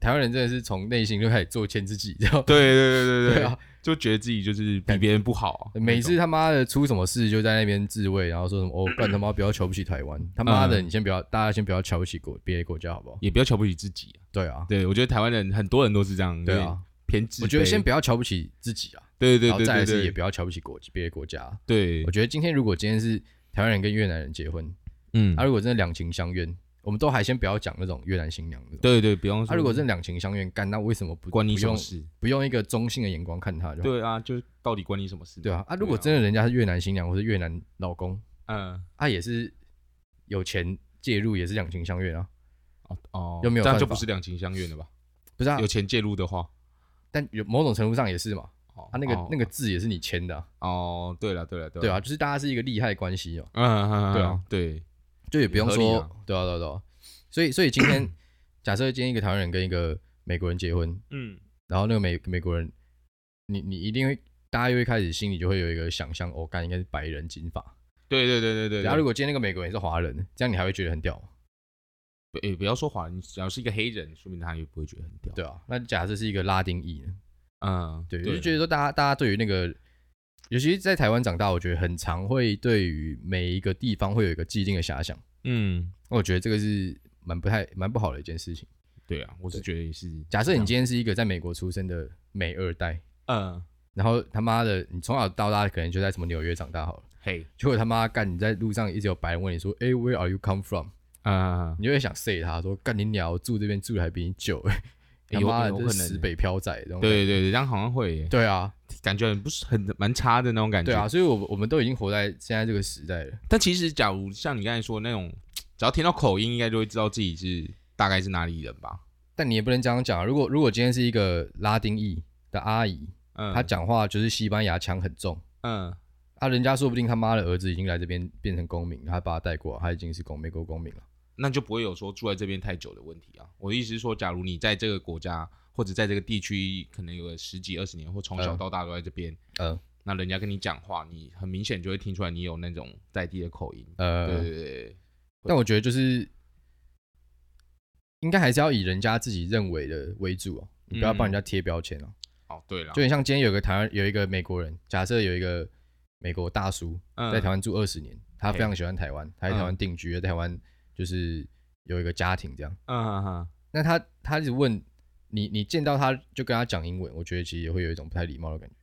Speaker 1: 台湾人真的是从内心就开始做欠自己，然后
Speaker 2: 对对对对
Speaker 1: 对
Speaker 2: 对，
Speaker 1: 啊，
Speaker 2: 就觉得自己就是比别人不好啊、
Speaker 1: 每次
Speaker 2: 那种
Speaker 1: 他妈的出什么事就在那边自卫，然后说什么哦，干他妈不要瞧不起台湾，他妈的
Speaker 2: 嗯
Speaker 1: 你先不要，大家先不要瞧不起国别的国家好不好？
Speaker 2: 也不要瞧不起自己、啊。
Speaker 1: 对啊，
Speaker 2: 对我觉得台湾人很多人都是这样，
Speaker 1: 对
Speaker 2: 有点
Speaker 1: 啊，
Speaker 2: 偏自卑。
Speaker 1: 我觉得先不要瞧不起自己啊，
Speaker 2: 对对
Speaker 1: 然后
Speaker 2: 对
Speaker 1: 再
Speaker 2: 对
Speaker 1: 来是也
Speaker 2: 对，
Speaker 1: 不要瞧不起国别的国家。啊
Speaker 2: 对
Speaker 1: 我，觉得今天如果今天是台湾人跟越南人结婚，
Speaker 2: 嗯
Speaker 1: 啊他，如果真的两情相愿，我们都还先不要讲那种越南新娘那种。
Speaker 2: 对对，不用说。
Speaker 1: 他啊如果真的两情相愿干，那为什么不
Speaker 2: 关你
Speaker 1: 不
Speaker 2: 什么
Speaker 1: 用
Speaker 2: 事？
Speaker 1: 不用一个中性的眼光看他就好？
Speaker 2: 对啊，就是到底关你什么事？
Speaker 1: 对啊，啊，如果
Speaker 2: 对啊
Speaker 1: 真的人家是越南新娘或是越南老公，
Speaker 2: 嗯，
Speaker 1: 他也是有钱介入，也是两情相悦啊，
Speaker 2: 哦哦，
Speaker 1: 又没有
Speaker 2: 这样就
Speaker 1: 犯法
Speaker 2: 不是两情相悦了吧？
Speaker 1: 不是啊
Speaker 2: 有？钱介入的话，
Speaker 1: 但有某种程度上也是嘛，
Speaker 2: 哦
Speaker 1: 啊，那个
Speaker 2: 哦
Speaker 1: 那个字也是你签的啊，
Speaker 2: 哦，对了对了对
Speaker 1: 对
Speaker 2: 了，
Speaker 1: 啊，就是大家是一个利害关系哦，
Speaker 2: 嗯嗯嗯，
Speaker 1: 对
Speaker 2: 对
Speaker 1: 啊
Speaker 2: 啊对，
Speaker 1: 就也不用
Speaker 2: 合理
Speaker 1: 说
Speaker 2: 啊，
Speaker 1: 对啊对啊对啊，所以所以今
Speaker 2: (clears throat)
Speaker 1: 天假设今天一个台湾人跟一个美国人结婚，
Speaker 2: 嗯，
Speaker 1: 然后那个美美国人，你你一定会。大家又会开始心里就会有一个想象，哦，干应该是白人金发。
Speaker 2: 对对对对对。
Speaker 1: 然后
Speaker 2: 对
Speaker 1: 如果今天那个美国人也是华人，这样你还会觉得很屌吗？
Speaker 2: 不诶，不要说华人，你只要是一个黑人，说明他也不会觉得很屌。
Speaker 1: 对啊，那假设是一个拉丁裔呢？
Speaker 2: 嗯，
Speaker 1: 对，我就觉
Speaker 2: 得
Speaker 1: 得说大家大家对于那个，尤其是在台湾长大，我觉得很常会对于每一个地方会有一个既定的遐想，
Speaker 2: 嗯，
Speaker 1: 那我觉得这个是蛮不太蛮不好的一件事情。
Speaker 2: 对啊，我是觉得也是。
Speaker 1: 假设你今天是一个在美国出生的美二代，
Speaker 2: 嗯，
Speaker 1: 然后他妈的你从小到大可能就在什么纽约长大好了，
Speaker 2: 嘿，
Speaker 1: 结果他妈干你在路上一直有白人问你说，哎、w h e r e are you come from？
Speaker 2: 啊，
Speaker 1: 你就会想 say 他说，干你鸟，我住这边住的还比你久、欸，他
Speaker 2: 有
Speaker 1: 妈的
Speaker 2: 有
Speaker 1: 这
Speaker 2: 可
Speaker 1: 是
Speaker 2: 能
Speaker 1: 死
Speaker 2: 欸
Speaker 1: 北漂仔这种感觉。
Speaker 2: 对对对，这样好像会耶，
Speaker 1: 对啊，
Speaker 2: 感觉很不是很蛮差的那种感觉。
Speaker 1: 对啊，，所以我们我们都已经活在现在这个时代了。
Speaker 2: 但其实假如像你刚才说的那种，只要听到口音，应该就会知道自己是大概是哪里人吧？
Speaker 1: 但你也不能这样讲啊。如果如果今天是一个拉丁裔的阿姨，
Speaker 2: 嗯，
Speaker 1: 她讲话就是西班牙腔很重，
Speaker 2: 嗯，
Speaker 1: 啊，人家说不定他妈的儿子已经来这边变成公民，他把他带过来，他已经是公美国公民了。
Speaker 2: 那就不会有说住在这边太久的问题啊。我的意思是说，假如你在这个国家或者在这个地区，可能有个十几二十年，或从小
Speaker 1: 嗯
Speaker 2: 到大都在这边，
Speaker 1: 呃
Speaker 2: 那人家跟你讲话，你很明显就会听出来你有那种在地的口音。对
Speaker 1: 呃，
Speaker 2: 对对对，
Speaker 1: 但我觉得就是应该还是要以人家自己认为的为主哦，你不要帮
Speaker 2: 嗯
Speaker 1: 人家贴标签哦。
Speaker 2: 哦对了，
Speaker 1: 就很像今天有个台湾有一个美国人，假设有一个美国大叔，
Speaker 2: 嗯
Speaker 1: 在台湾住二十年，他非常喜欢台湾，他在台湾
Speaker 2: 嗯
Speaker 1: 定居，在台湾就是有一个家庭这样。
Speaker 2: 嗯嗯嗯
Speaker 1: 那他他一直问你，你见到他就跟他讲英文，我觉得其实也会有一种不太礼貌的感觉。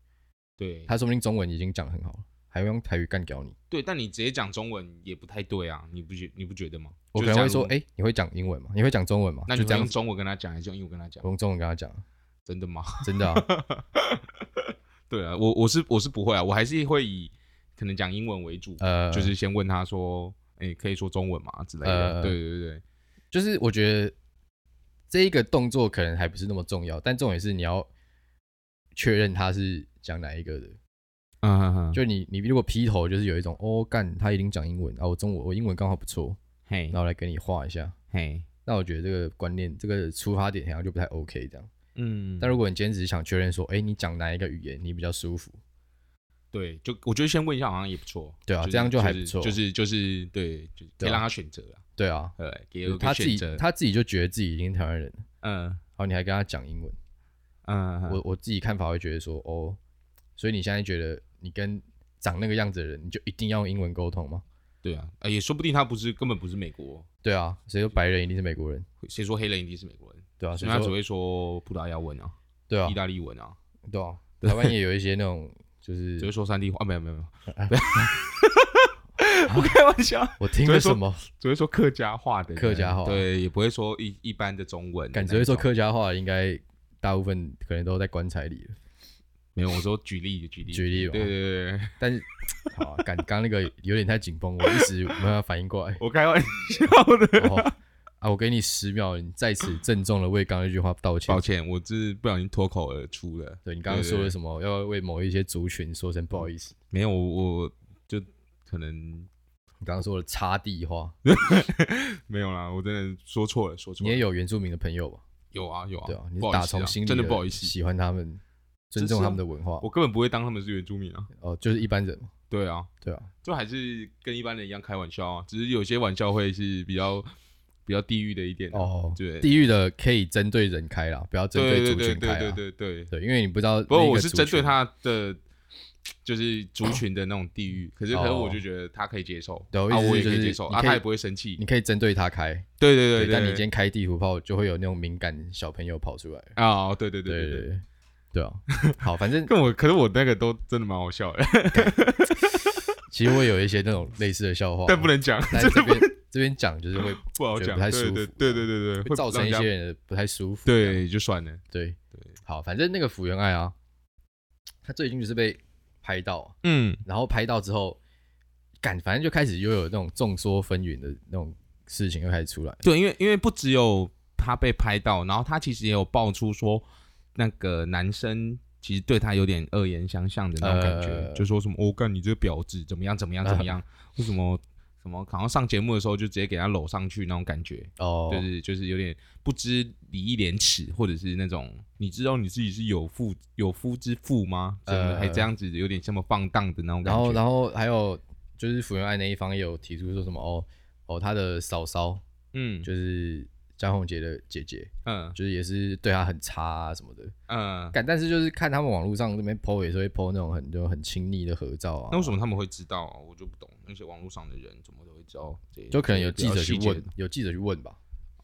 Speaker 2: 对，
Speaker 1: 他说不定中文已经讲得很好了，还会用台语干掉你。
Speaker 2: 对，但你直接讲中文也不太对啊，你不觉你不觉得吗？
Speaker 1: 我
Speaker 2: 就
Speaker 1: 可能会
Speaker 2: 假如
Speaker 1: 说，哎、你会讲英文吗？你会讲中文吗？
Speaker 2: 那
Speaker 1: 就
Speaker 2: 你
Speaker 1: 这样
Speaker 2: 会用
Speaker 1: 子，哦
Speaker 2: 中文跟他讲，还是用英文跟他讲
Speaker 1: 我？用中文跟他讲，啊
Speaker 2: 真的吗？ (laughs)
Speaker 1: 真的、啊，
Speaker 2: 对啊，我我是我是不会啊，我还是会以可能讲英文为主，
Speaker 1: 呃，
Speaker 2: 就是先问他说，哎、可以说中文吗之类
Speaker 1: 呃
Speaker 2: 的。对对对，
Speaker 1: 就是我觉得这一个动作可能还不是那么重要，但重点是你要确认他是讲哪一个的。
Speaker 2: 嗯嗯嗯，
Speaker 1: 就你你如果劈头就是有一种哦干他一定讲英文啊，我中文我英文刚好不错，
Speaker 2: 嘿
Speaker 1: 然后来跟你画一下，
Speaker 2: 嘿，
Speaker 1: 那我觉得这个观念这个出发点好像就不太 OK 这样。
Speaker 2: 嗯，
Speaker 1: 但如果你今天只是想确认说，哎、你讲哪一个语言你比较舒服，
Speaker 2: 对，就我觉得先问一下好像也不错。
Speaker 1: 对啊
Speaker 2: 是
Speaker 1: 这样就还
Speaker 2: 是
Speaker 1: 不错
Speaker 2: 就是就是对，就是可
Speaker 1: 对啊
Speaker 2: 以让他选择啊，
Speaker 1: 对啊，
Speaker 2: 对，也有
Speaker 1: 他
Speaker 2: 个
Speaker 1: 自
Speaker 2: 选
Speaker 1: 己
Speaker 2: 择。
Speaker 1: 他自己就觉得自己已经台湾人了，
Speaker 2: 嗯
Speaker 1: 然后你还跟他讲英文，
Speaker 2: 嗯，嗯
Speaker 1: 我我自己看法会觉得说，哦，所以你现在觉得你跟长那个样子的人，你就一定要用英文沟通吗？
Speaker 2: 对啊，呃也说不定他不是根本不是美国，
Speaker 1: 对啊，谁说白人一定是美国人？
Speaker 2: 谁说黑人一定是美国人？
Speaker 1: 对啊，谁
Speaker 2: 所以他只
Speaker 1: 说
Speaker 2: 会说葡萄牙文啊，
Speaker 1: 对啊
Speaker 2: 意，大利文啊，
Speaker 1: 对啊，台湾也有一些那种
Speaker 2: (laughs)
Speaker 1: 就是
Speaker 2: 只会说三地话。啊没有没有没
Speaker 1: (laughs)
Speaker 2: (laughs) 有，不开玩笑，
Speaker 1: 我听了什
Speaker 2: (laughs)
Speaker 1: 么？
Speaker 2: 只会说客家话的
Speaker 1: 客家话
Speaker 2: 对，也不会说一一般的中文。
Speaker 1: 感觉说，客家话应该大部分可能都在棺材里了。
Speaker 2: 没有，我说举例举例
Speaker 1: 举例嘛
Speaker 2: 对对对对， (laughs)
Speaker 1: 但是，好啊，刚刚那个有点太紧绷，我一时没办法反应过来。
Speaker 2: 我开玩笑的， (laughs)
Speaker 1: 然后啊，我给你十秒，你在此郑重的为刚刚那句话道歉
Speaker 2: 抱。歉，我是不小心脱口而出了。
Speaker 1: 对你刚刚
Speaker 2: 对
Speaker 1: 说了
Speaker 2: 对
Speaker 1: 什么？要为某一些族群说声不好意思。
Speaker 2: 没有，我我就可能
Speaker 1: 你刚刚说了插地话，
Speaker 2: 啊没有啦，我真的说错了，说错
Speaker 1: 你
Speaker 2: 了。
Speaker 1: 也有原住民的朋友吧？
Speaker 2: 有啊有啊，
Speaker 1: 对啊，你
Speaker 2: 不
Speaker 1: 是
Speaker 2: 好意
Speaker 1: 打
Speaker 2: 思
Speaker 1: 从
Speaker 2: 啊
Speaker 1: 心里
Speaker 2: 真的
Speaker 1: 地
Speaker 2: 不好意思，
Speaker 1: 喜欢他们，尊重
Speaker 2: 是啊
Speaker 1: 他们的文化
Speaker 2: 我，根本不会当他们是原住民啊。
Speaker 1: 哦，就是一般人嘛。
Speaker 2: 对啊，
Speaker 1: 对啊，
Speaker 2: 就还是跟一般人一样开玩笑啊，只是有些玩笑会是比较比较地域的一点啊、
Speaker 1: 哦，
Speaker 2: 对
Speaker 1: 地狱的可以针对人开啦，不要针
Speaker 2: 对对
Speaker 1: 族
Speaker 2: 对
Speaker 1: 群开
Speaker 2: 对
Speaker 1: 啊。
Speaker 2: 对对对。
Speaker 1: 对因为你不知道那个族
Speaker 2: 不
Speaker 1: 群。
Speaker 2: 过我是针对他的就是族群的那种地域，可是可是
Speaker 1: 哦
Speaker 2: 我就觉得他可以接受，
Speaker 1: 对我
Speaker 2: 啊
Speaker 1: 意思
Speaker 2: 我也
Speaker 1: 就
Speaker 2: 可以
Speaker 1: 是
Speaker 2: 接受，
Speaker 1: 你
Speaker 2: 啊
Speaker 1: 可以
Speaker 2: 他也不会生气
Speaker 1: 你。可以针对他开，
Speaker 2: 对对对
Speaker 1: 但你今
Speaker 2: 对
Speaker 1: 天开地图炮，就会有那种敏感小朋友跑出来。
Speaker 2: 啊，哦对对
Speaker 1: 对
Speaker 2: 对对
Speaker 1: 对
Speaker 2: 对。
Speaker 1: 对，对啊。好，反
Speaker 2: (laughs)
Speaker 1: 正
Speaker 2: 跟我可是我那个都真的蛮好笑的，
Speaker 1: 哦其实我有一些那种类似的笑话，
Speaker 2: (laughs) 但不能讲，
Speaker 1: 但
Speaker 2: 真
Speaker 1: 是
Speaker 2: 的 (laughs)
Speaker 1: 这边这边讲就是会
Speaker 2: 不好
Speaker 1: 觉得
Speaker 2: 讲。
Speaker 1: 不太
Speaker 2: 对
Speaker 1: 舒
Speaker 2: 对
Speaker 1: 服
Speaker 2: 对对对对，
Speaker 1: 会造成一
Speaker 2: 让人
Speaker 1: 些
Speaker 2: 家
Speaker 1: 人的不太舒服。
Speaker 2: 对就算了。
Speaker 1: 对好，反正那个福原爱啊，她最近就是被拍到，
Speaker 2: 嗯，
Speaker 1: 然后拍到之后，感反正就开始又有那种众说纷纭的那种事情又开始出来。
Speaker 2: 对，因为因为不只有他被拍到，然后他其实也有爆出说，那个男生其实对他有点恶言相向的那种感觉，
Speaker 1: 呃
Speaker 2: 就说什么“我、干你这个婊子”怎么样怎么样怎么
Speaker 1: (laughs)
Speaker 2: 样，为什么什么，好像上节目的时候就直接给他搂上去那种感觉，
Speaker 1: 哦，
Speaker 2: 就是就是有点不知礼义廉耻，或者是那种你知道你自己是有妇有夫之妇吗？怎么
Speaker 1: 呃
Speaker 2: 还这样子，有点这么放荡的那种感
Speaker 1: 然
Speaker 2: 觉。
Speaker 1: 后然后还有就是福原爱那一方也有提出说什么哦哦，她的嫂嫂
Speaker 2: 嗯
Speaker 1: 就是江宏杰的姐姐，
Speaker 2: 嗯
Speaker 1: 就是也是对她很差啊什么的。
Speaker 2: 嗯，
Speaker 1: 感但是就是看他们网络上那边 PO 也是会 PO 那种很就很亲昵的合照啊。
Speaker 2: 那为什么他们会知道、啊？我就不懂，那些网络上的人怎么都会知道这些？
Speaker 1: 就可能有
Speaker 2: 这些
Speaker 1: 记者去
Speaker 2: 比较细
Speaker 1: 问
Speaker 2: 节的，
Speaker 1: 有记者去问吧。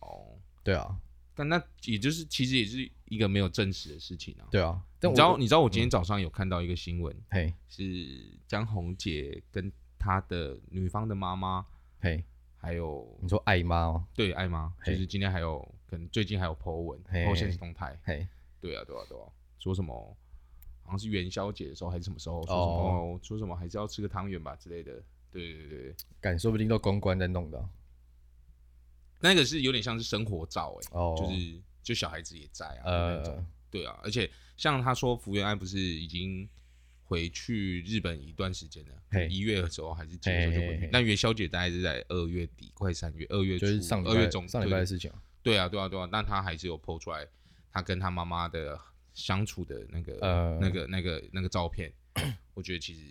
Speaker 2: 哦。
Speaker 1: 对啊，
Speaker 2: 但那也就是其实也是一个没有证实的事情啊。
Speaker 1: 对啊。但
Speaker 2: 你
Speaker 1: 我
Speaker 2: 知道你知道我今天早上有看到一个新闻，
Speaker 1: 嘿
Speaker 2: 是江宏杰跟他的女方的妈妈，
Speaker 1: 嘿，
Speaker 2: 还有
Speaker 1: 你说爱妈哦，
Speaker 2: 对爱妈，
Speaker 1: 嘿
Speaker 2: 就是今天还有可能最近还有 po 文
Speaker 1: 嘿
Speaker 2: po 现实动态，
Speaker 1: 嘿
Speaker 2: 对啊对啊对啊，说什么好像是元宵节的时候还是什么时候说什
Speaker 1: 哦
Speaker 2: 么、说什么还是要吃个汤圆吧之类的，对对对对。
Speaker 1: 敢说不定都公关在弄的啊、
Speaker 2: 那个是有点像是生活照、欸，
Speaker 1: 哦，
Speaker 2: 就是就小孩子也在啊，那种
Speaker 1: 呃，
Speaker 2: 对啊，而且像他说福原爱不是已经回去日本一段时间了，
Speaker 1: 嘿
Speaker 2: 一月的时候还是几月的时候就回
Speaker 1: 嘿嘿
Speaker 2: 去
Speaker 1: 嘿，
Speaker 2: 那元宵节大概是在二月底快三月，二月初
Speaker 1: 就是上礼
Speaker 2: 二月
Speaker 1: 拜
Speaker 2: 中
Speaker 1: 上礼
Speaker 2: 对
Speaker 1: 拜的事情啊、
Speaker 2: 对啊对啊对啊，那他还是有 PO 出来他跟他妈妈的相处的那个、
Speaker 1: 呃
Speaker 2: 那个那个那个照片， (clears throat) 我觉得其实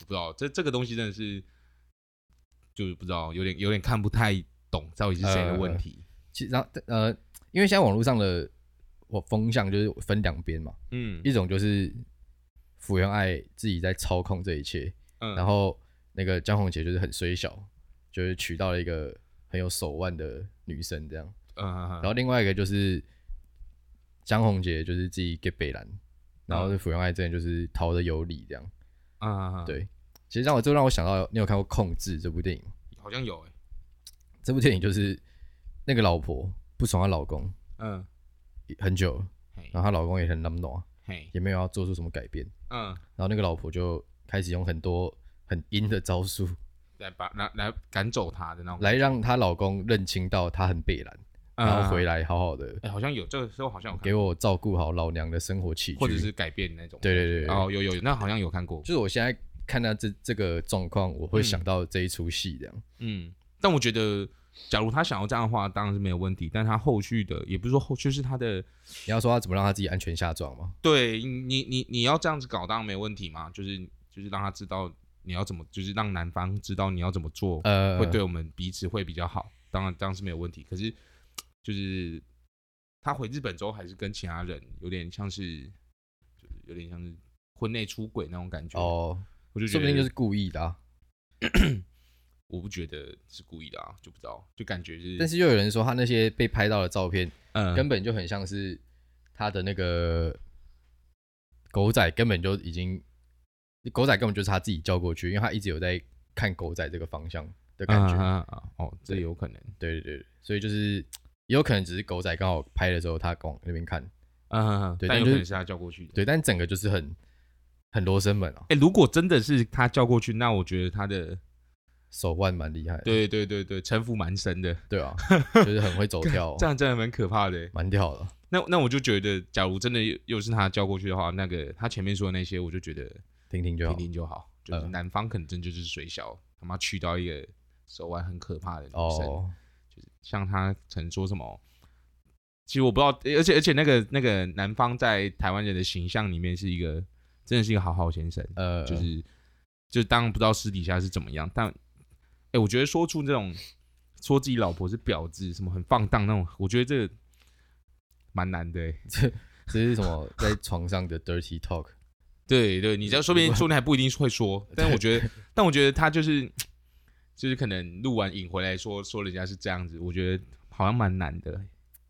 Speaker 2: 我不知道这这个东西真的是就是不知道有点有点看不太懂到底是谁
Speaker 1: 呃
Speaker 2: 的问题，
Speaker 1: 其实然后呃，因为现在网络上的我风向就是分两边嘛，
Speaker 2: 嗯
Speaker 1: 一种就是福原爱自己在操控这一切，
Speaker 2: 嗯，
Speaker 1: 然后那个江宏杰就是很虽小，就是娶到了一个很有手腕的女生这样。
Speaker 2: 嗯嗯嗯
Speaker 1: 然后另外一个就是江宏杰，就是自己给北兰，然
Speaker 2: 啊
Speaker 1: 后是福原爱之前就是逃的有理这样。
Speaker 2: 嗯嗯，嗯
Speaker 1: 对，其实让我就让我想到，你有看过《控制》这部电影吗？
Speaker 2: 好像有哎、
Speaker 1: 这部电影就是那个老婆不爽她老公
Speaker 2: 嗯
Speaker 1: 很久了，
Speaker 2: 嘿
Speaker 1: 然后她老公也很难懂，
Speaker 2: 嘿
Speaker 1: 也没有要做出什么改变，
Speaker 2: 嗯。
Speaker 1: 然后那个老婆就开始用很多很阴的招数 (laughs)
Speaker 2: 来把来来赶走他的那种，
Speaker 1: 来让她老公认清到她很北兰，
Speaker 2: 啊
Speaker 1: 然后回
Speaker 2: 来，
Speaker 1: 来好好的
Speaker 2: 哎、好像有这个时候好像有看
Speaker 1: 给我照顾好老娘的生活起居，
Speaker 2: 或者是改变那种，
Speaker 1: 对对对对
Speaker 2: 哦，有有有，那好像有看过，
Speaker 1: 就是我现在看到这这个状况，我会想到这一出戏这样。
Speaker 2: 嗯，但我觉得，假如他想要这样的话，当然是没有问题，但他后续的也不是说后，就是他的，
Speaker 1: 你要说他怎么让他自己安全下装吗？
Speaker 2: 对你你你要这样子搞，当然没问题嘛，就是就是让他知道你要怎么，就是让男方知道你要怎么做，
Speaker 1: 呃，
Speaker 2: 会对我们彼此会比较好，当然当然是没有问题，可是就是他回日本之后，还是跟其他人有点像是，就是有点像是婚内出轨那种感觉，
Speaker 1: 哦，
Speaker 2: 我就觉
Speaker 1: 说
Speaker 2: 得
Speaker 1: 不定就是故意的啊。
Speaker 2: 我不觉得是故意的啊，就不知道，就感觉是，
Speaker 1: 但是又有人说他那些被拍到的照片，
Speaker 2: 嗯，
Speaker 1: 根本就很像是他的那个狗仔，根本就已经狗仔根本就是他自己叫过去，因为他一直有在看狗仔这个方向的感觉。
Speaker 2: 啊啊啊哦，这
Speaker 1: 对
Speaker 2: 有可能，
Speaker 1: 对对对，对所以就是也有可能只是狗仔刚好拍的时候他往那边看，
Speaker 2: 嗯，
Speaker 1: 对但
Speaker 2: 但
Speaker 1: 就
Speaker 2: 有可
Speaker 1: 是
Speaker 2: 能是他叫过去的。
Speaker 1: 对，但整个就是很很罗生门啊，
Speaker 2: 哎、如果真的是他叫过去，那我觉得他的
Speaker 1: 手腕蛮厉害的。
Speaker 2: 对对对对，城府蛮深的，
Speaker 1: 对
Speaker 2: (laughs)
Speaker 1: 啊，就是很会走跳、
Speaker 2: 这样真的蛮可怕的欸。
Speaker 1: 蛮跳的。
Speaker 2: 那那我就觉得，假如真的又又是他叫过去的话，那个他前面说的那些，我就觉得
Speaker 1: 听听就好
Speaker 2: 听。听就好。就是
Speaker 1: 呃
Speaker 2: 男方可能真就是水小，他妈去到一个手腕很可怕的女生，
Speaker 1: 哦，
Speaker 2: 像他曾说什么，其实我不知道，而且而且那个那个男方在台湾人的形象里面是一个真的是一个好好先生，
Speaker 1: 呃，
Speaker 2: 就是就当然不知道私底下是怎么样，但哎、我觉得说出这种说自己老婆是婊子，什么很放荡那种，我觉得这个蛮难的欸、
Speaker 1: 这是什么在床上的 dirty talk？
Speaker 2: 对对，你这样说不
Speaker 1: 嗯
Speaker 2: 定说不定还不一定会说，但我觉得，但我觉得他就是就是可能录完影回来说说人家是这样子，我觉得好像蛮难的。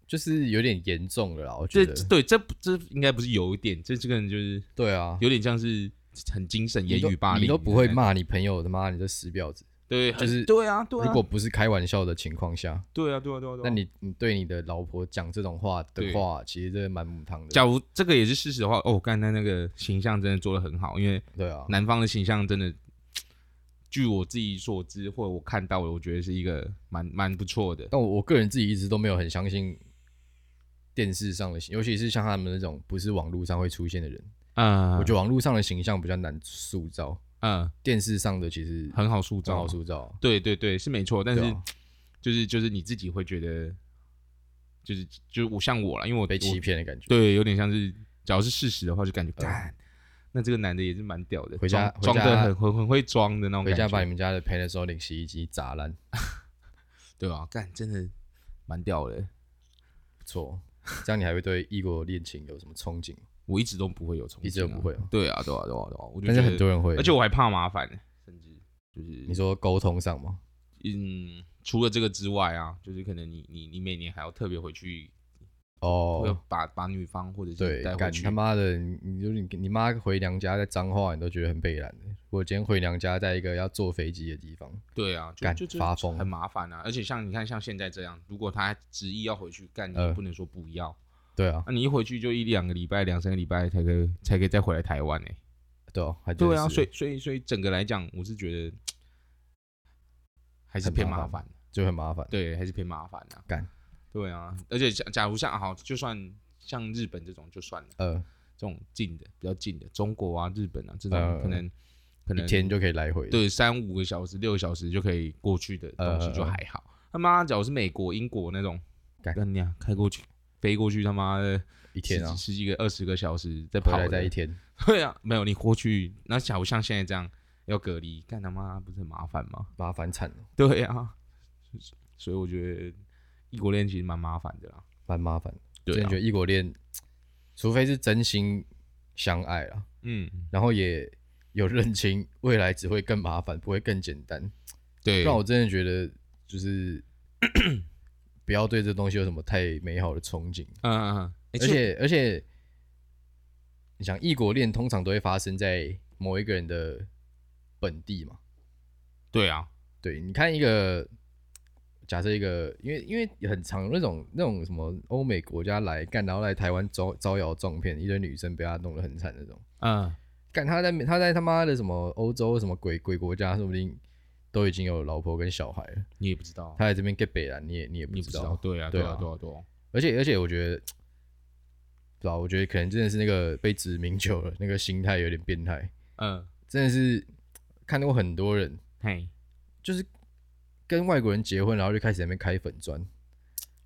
Speaker 1: 就是有点严重了啦，我觉
Speaker 2: 这
Speaker 1: 得。
Speaker 2: 对这这应该不是有一点，这这个人就是
Speaker 1: 对啊，
Speaker 2: 有点像是很精神言
Speaker 1: 你都
Speaker 2: 语霸凌，
Speaker 1: 你都不会，骂你朋友，他妈你这死婊子。
Speaker 2: 对，很
Speaker 1: 就是
Speaker 2: 对啊，对啊，
Speaker 1: 如果不是开玩笑的情况下，
Speaker 2: 对啊，对啊，对啊，对啊
Speaker 1: 那你你对你的老婆讲这种话的话，其实真的蛮母汤的。
Speaker 2: 假如这个也是事实的话，哦，刚才那个形象真的做的很好，因为
Speaker 1: 对啊，
Speaker 2: 南方的形象真的，据我自己所知或者我看到的，我觉得是一个蛮蛮不错的。
Speaker 1: 但我我个人自己一直都没有很相信电视上的形，尤其是像他们那种不是网络上会出现的人，
Speaker 2: 嗯，
Speaker 1: 我觉得网络上的形象比较难塑造，
Speaker 2: 嗯
Speaker 1: 电视上的其实
Speaker 2: 很哦好塑
Speaker 1: 很
Speaker 2: 造
Speaker 1: 好，塑造。
Speaker 2: 对对对，是没错，但是、
Speaker 1: 对啊
Speaker 2: 就是就是你自己会觉得，就是就是我像我了，因为我
Speaker 1: 被欺
Speaker 2: 我
Speaker 1: 骗的感觉，
Speaker 2: 对，有点像是，假如是事实的话，就感觉干、那这个男的也是蛮屌的，
Speaker 1: 回家回
Speaker 2: 装装
Speaker 1: 家
Speaker 2: 的很很很会装的那种
Speaker 1: 回
Speaker 2: 感
Speaker 1: 家
Speaker 2: 觉，
Speaker 1: 把你们家的 Panasonic 洗衣机砸烂，
Speaker 2: 对啊，干真的蛮屌的，
Speaker 1: 不错。这样你还会对异国恋情有什么憧憬？
Speaker 2: 我一直都不会有憧憬、啊，
Speaker 1: 一直都不会哦
Speaker 2: 对啊，对啊，对啊，对啊，我就
Speaker 1: 但是
Speaker 2: 觉得
Speaker 1: 很多人会，
Speaker 2: 而且我还怕麻烦，甚至
Speaker 1: 你说沟通上吗？
Speaker 2: 嗯，除了这个之外啊，就是可能你你你每年还要特别回去，会
Speaker 1: 哦，
Speaker 2: 把把女方或者是
Speaker 1: 对
Speaker 2: 带，回
Speaker 1: 干
Speaker 2: 去
Speaker 1: 他，妈的，你你就你你妈回娘家在彰化，你都觉得很悲然的。我今天回娘家，在一个要坐飞机的地方，
Speaker 2: 对啊，就
Speaker 1: 干
Speaker 2: 就就
Speaker 1: 发疯
Speaker 2: 很麻烦啊。而且像你看，像现在这样，如果他执意要回去干，你
Speaker 1: 呃
Speaker 2: 也不能说不要，
Speaker 1: 对啊，
Speaker 2: 那、你一回去就一两个礼拜、两三个礼拜才可以才可以再回来台湾欸呢、
Speaker 1: 对哦，还真
Speaker 2: 对啊，
Speaker 1: 是
Speaker 2: 所以所以所以整个来讲，我是觉得还是
Speaker 1: 很
Speaker 2: 偏
Speaker 1: 麻
Speaker 2: 麻
Speaker 1: 烦
Speaker 2: 烦，
Speaker 1: 就很麻烦。
Speaker 2: 对，还是偏麻烦啊。
Speaker 1: 干，
Speaker 2: 对啊，而且假假如像好，就算像日本这种就算了，
Speaker 1: 呃，
Speaker 2: 这种近的比较近的，中国啊、日本啊这种
Speaker 1: 呃
Speaker 2: 可能、可
Speaker 1: 一
Speaker 2: 能
Speaker 1: 天就可以来回，，
Speaker 2: 对三五个小时、六个小时就可以过去的东西
Speaker 1: 呃
Speaker 2: 就还好。他妈，假如是美国、英国那种，
Speaker 1: 干
Speaker 2: 干你啊，开过去飞过去，他妈的
Speaker 1: 一天啊
Speaker 2: 十，十几个、二十个小时再
Speaker 1: 回
Speaker 2: 跑
Speaker 1: 来
Speaker 2: 的
Speaker 1: 再一天，
Speaker 2: 对啊，没有你过去，那假如像现在这样要隔离，干他妈不是很麻烦吗？ (laughs)
Speaker 1: 麻烦惨了，
Speaker 2: 对啊，所以我觉得异国恋其实蛮麻烦的啦。
Speaker 1: 蛮麻烦。
Speaker 2: 对
Speaker 1: 真的
Speaker 2: 啊
Speaker 1: 觉，得异国恋，除非是真心相爱了，
Speaker 2: 嗯，
Speaker 1: 然后也有认清未来只会更麻烦，不会更简单。
Speaker 2: 对
Speaker 1: 让我真的觉得就是 (clears throat) 不要对这东西有什么太美好的憧憬，
Speaker 2: 嗯嗯，嗯而
Speaker 1: 而且而且，你想异国恋通常都会发生在某一个人的本地嘛？
Speaker 2: 对啊，
Speaker 1: 对，你看一个假设一个，因为因为很常有那种那种什么欧美国家来干，然后来台湾招招摇撞骗，一堆女生被他弄得很惨那种。
Speaker 2: 嗯，
Speaker 1: 干他在他在他妈的什么欧洲什么鬼鬼国家，说不定都已经有老婆跟小孩了。
Speaker 2: 你也不知道，
Speaker 1: 他来这边 get 北了，你也你也
Speaker 2: 你也不知道，对啊，
Speaker 1: 对
Speaker 2: 对
Speaker 1: 啊
Speaker 2: 啊，对啊，对啊，
Speaker 1: 而且而且我觉得，不知道，我觉得可能真的是那个被殖民久了，那个心态有点变态，
Speaker 2: 嗯，
Speaker 1: 真的是看过很多人
Speaker 2: 嘿，
Speaker 1: 就是跟外国人结婚，然后就开始在那边开粉砖，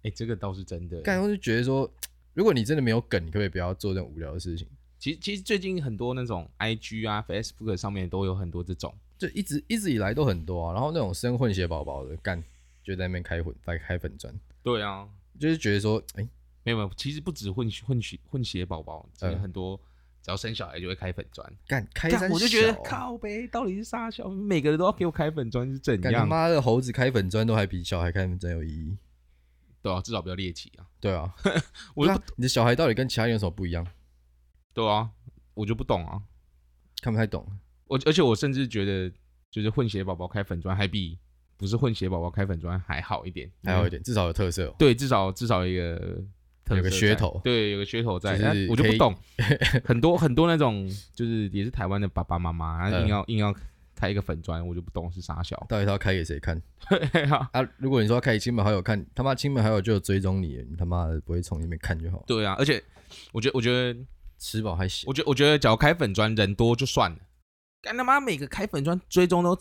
Speaker 2: 哎，这个倒是真的。
Speaker 1: 干我就觉得说，如果你真的没有梗，你可不可以不要做这种无聊的事情？
Speaker 2: 其实其实最近很多那种 IG 啊、Facebook 上面都有很多这种，
Speaker 1: 就一直一直以来都很多啊，然后那种生混血宝宝的干就在那边开混在开粉砖，
Speaker 2: 对啊，
Speaker 1: 就是觉得说，哎、
Speaker 2: 没有没有，其实不止混血混血混血宝宝，其实
Speaker 1: 嗯
Speaker 2: 很多只要生小孩就会开粉砖。
Speaker 1: 干开
Speaker 2: 干
Speaker 1: 三
Speaker 2: 我就觉得
Speaker 1: 小哦啊
Speaker 2: 靠呗，到底是啥小？每个人都要给我开粉砖是怎
Speaker 1: 干他
Speaker 2: 样？
Speaker 1: 妈的猴子开粉砖都还比小孩开粉砖有意义，
Speaker 2: 对啊，至少不要猎奇啊。
Speaker 1: 对啊。
Speaker 2: (laughs)
Speaker 1: 不
Speaker 2: 我就是不
Speaker 1: 啊你的小孩到底跟其他人有什么不一样？
Speaker 2: 对啊，我就不懂啊。
Speaker 1: 看不太懂。
Speaker 2: 我而且我甚至觉得，就是混血宝宝开粉砖还比不是混血宝宝开粉砖还好一点，
Speaker 1: 还有一
Speaker 2: 点。
Speaker 1: 点，至少有特色、哦。
Speaker 2: 对，至少至少一个嗯特
Speaker 1: 有个
Speaker 2: 色
Speaker 1: 噱
Speaker 2: 在
Speaker 1: 头
Speaker 2: 对，有个噱头在。
Speaker 1: 就是
Speaker 2: 但我就
Speaker 1: 可
Speaker 2: 不
Speaker 1: 以 (laughs)
Speaker 2: 懂，很多很多那种就是也是台湾的爸爸妈
Speaker 1: (laughs)
Speaker 2: 妈，然后
Speaker 1: 嗯
Speaker 2: 硬要硬要开一个粉砖，我就不懂是啥小。 (laughs)
Speaker 1: 到底他要开给谁看
Speaker 2: 对啊，
Speaker 1: 啊？如果你说要开给亲朋好友看，他妈亲朋好友就有追踪你了，你他妈的不会从里面看就好。
Speaker 2: 对啊，而且我觉得我觉得
Speaker 1: 吃饱还行，
Speaker 2: 我觉我觉得，只要开粉砖人多就算了，干他妈每个开粉砖追踪都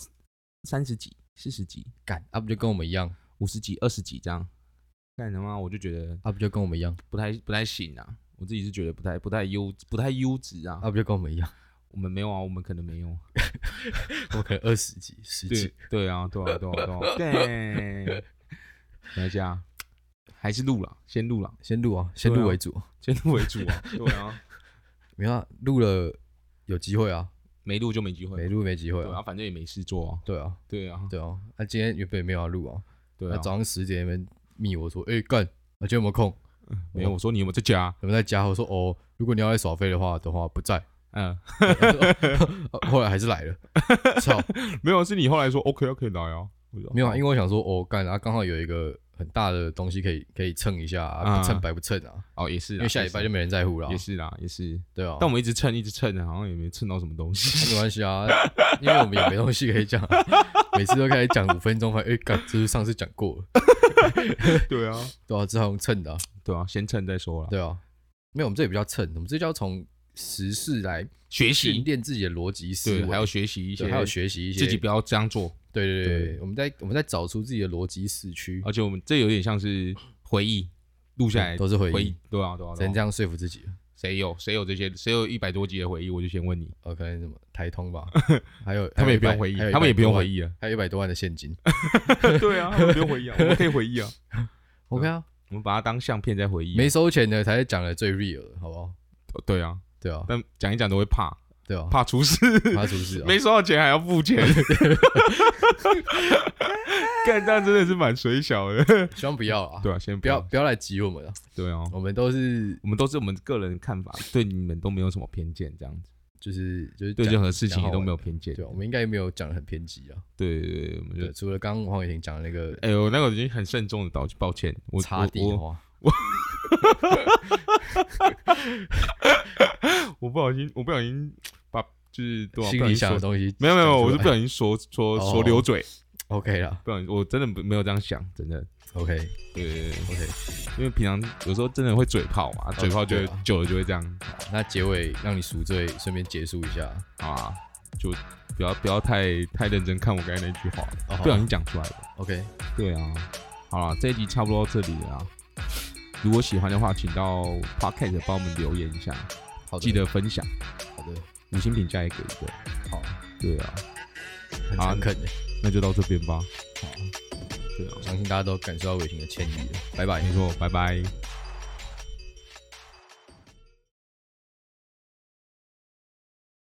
Speaker 2: 三十几、四十几、
Speaker 1: 干啊不就跟我们一样，
Speaker 2: 五十几、二十几这样，干他妈我就觉得
Speaker 1: 啊不就跟我们一样，
Speaker 2: 不太不太行啊，我自己是觉得不太不太优不太优质啊。
Speaker 1: 啊不就跟我们一
Speaker 2: (laughs)
Speaker 1: 样，
Speaker 2: 我们没有啊，我们可能没有。
Speaker 1: 我可能二十几、十
Speaker 2: 对
Speaker 1: 几，
Speaker 2: (laughs) 对啊，对啊，对啊，对啊，对，没关系啊，还是录了，先录了，
Speaker 1: 先录啊，先
Speaker 2: 对
Speaker 1: 录
Speaker 2: 啊
Speaker 1: 为主，
Speaker 2: 先录为主
Speaker 1: (laughs)
Speaker 2: 啊。对啊，
Speaker 1: 没有啊录了有机会啊，
Speaker 2: 没录就没机会。
Speaker 1: 没录没机会
Speaker 2: 对
Speaker 1: 啊
Speaker 2: 啊，，反正也没事做啊。
Speaker 1: 对啊，
Speaker 2: 对啊，
Speaker 1: 对啊，那今天原本没有要录啊，
Speaker 2: 对
Speaker 1: 那
Speaker 2: 啊，
Speaker 1: 早上十点那边密我说，哎干，啊今天有没有空？
Speaker 2: 没有我说你有没有在家？
Speaker 1: 有没有在家？我说哦，如果你要来耍飞的话的话不在， (laughs)
Speaker 2: 嗯，
Speaker 1: 后来还是来
Speaker 2: (laughs)
Speaker 1: 了，操，
Speaker 2: 没有，是你后来说 OK 啊，可以来啊。我说
Speaker 1: 没有啊，
Speaker 2: 好
Speaker 1: 因为我想说，哦干，然后刚好有一个很大的东西可以可以蹭一下啊，
Speaker 2: 啊
Speaker 1: 不蹭白不蹭啊，
Speaker 2: 哦，也是啊，
Speaker 1: 因为下礼拜就没人在乎了啊
Speaker 2: 也，是啦，也是。
Speaker 1: 对啊，
Speaker 2: 但我们一直蹭，一直蹭，啊好像也没蹭到什么东
Speaker 1: (laughs)
Speaker 2: 西。
Speaker 1: 没关系啊，因为我们也没东西可以讲，啊
Speaker 2: (laughs)
Speaker 1: 每次都开始讲五分钟，还哎干，这是上次讲过了，
Speaker 2: 对啊，
Speaker 1: 对啊，这好用蹭的啊、
Speaker 2: 对啊，先蹭再说啦。
Speaker 1: 对啊，没有，我们这也不叫蹭，我们这叫从时事来
Speaker 2: 学
Speaker 1: 训
Speaker 2: 习，
Speaker 1: 练自己的逻辑思
Speaker 2: 对，
Speaker 1: 维，
Speaker 2: 还要学习一
Speaker 1: 一
Speaker 2: 些，
Speaker 1: 还有学习一些
Speaker 2: 自己不要这样做。
Speaker 1: 对对对，
Speaker 2: 对哦
Speaker 1: 我们在我们在找出自己的逻辑死区，
Speaker 2: 而且我们这有点像是回忆，录下来
Speaker 1: 嗯都是回忆
Speaker 2: 回忆，对啊，对啊，
Speaker 1: 只
Speaker 2: 对
Speaker 1: 能
Speaker 2: 啊
Speaker 1: 这样说服自己。
Speaker 2: 谁有谁有这些？谁有一百多集的回忆？我就先问你，
Speaker 1: 呃，可能什么台通吧，还有
Speaker 2: (laughs) 他们也不用回忆，他们也不用回，忆啊。
Speaker 1: 还有一百多万的现
Speaker 2: (laughs)
Speaker 1: 金。
Speaker 2: 对啊，他们不用回忆啊，我们可以回忆啊，
Speaker 1: OK 啊，
Speaker 2: (laughs) 我们把它当相片在回忆啊。
Speaker 1: 没收钱的才是讲的最 real 的，好不好？
Speaker 2: 对啊，
Speaker 1: 对啊，
Speaker 2: 但讲一讲都会怕，
Speaker 1: 对啊，
Speaker 2: 怕出事，
Speaker 1: 怕出事啊，
Speaker 2: (laughs) 没收到钱还要
Speaker 1: (laughs)
Speaker 2: 付钱。 (laughs) 干，这样真的是蛮水小的。
Speaker 1: (laughs) 希望不要啊，
Speaker 2: 对啊，先
Speaker 1: 不
Speaker 2: 不
Speaker 1: 要
Speaker 2: 要，
Speaker 1: 不要来挤我们啊，
Speaker 2: 对啊，
Speaker 1: 我们都是
Speaker 2: 我们都是我们个人看法，对你们都没有什么偏见，这样子，
Speaker 1: 就是就是
Speaker 2: 对
Speaker 1: 讲
Speaker 2: 任何事情
Speaker 1: 讲好
Speaker 2: 也
Speaker 1: 玩
Speaker 2: 都没有偏见。
Speaker 1: 对啊，我们应该没有讲的很偏激啊，
Speaker 2: 对对对，我们就
Speaker 1: 对，除了刚刚黄伟霆讲的那个
Speaker 2: 哎、我那个已经很慎重的道抱歉，我
Speaker 1: 擦地
Speaker 2: 我
Speaker 1: 的
Speaker 2: 我
Speaker 1: 话，
Speaker 2: 我不小心，我不小心把就是对、啊、
Speaker 1: 心
Speaker 2: 不小
Speaker 1: 里
Speaker 2: 心
Speaker 1: 想的
Speaker 2: 说
Speaker 1: 东西讲出来，
Speaker 2: 没有没有，我是不小心说说
Speaker 1: 哦
Speaker 2: 说溜嘴，
Speaker 1: OK 啦
Speaker 2: 不小心，我真的不没有这样想，真的，
Speaker 1: ，OK
Speaker 2: 对对对，
Speaker 1: OK，
Speaker 2: 因为平常有时候真的会嘴炮嘛，嘴炮就会、
Speaker 1: 对啊
Speaker 2: 久了就会这样
Speaker 1: 那结尾让你赎罪，顺便结束一下，
Speaker 2: 啊，就不要不要太太认真看我刚才那句话，
Speaker 1: 哦好
Speaker 2: 不小心讲出来了，
Speaker 1: OK，
Speaker 2: 对啊，好了，这一集差不多到这里了啊。如果喜欢的话，请到 Podcast 帮我们留言一下，
Speaker 1: 好的，
Speaker 2: 记得分享，
Speaker 1: 好的，
Speaker 2: 五星评价也给一个。
Speaker 1: 好，
Speaker 2: 对啊，
Speaker 1: 很
Speaker 2: 好啊
Speaker 1: 诚恳的，
Speaker 2: 那就到这边吧。
Speaker 1: 好，
Speaker 2: 对啊，
Speaker 1: 相信大家都感受到伟霆的歉意了，拜拜。
Speaker 2: 没错，拜拜。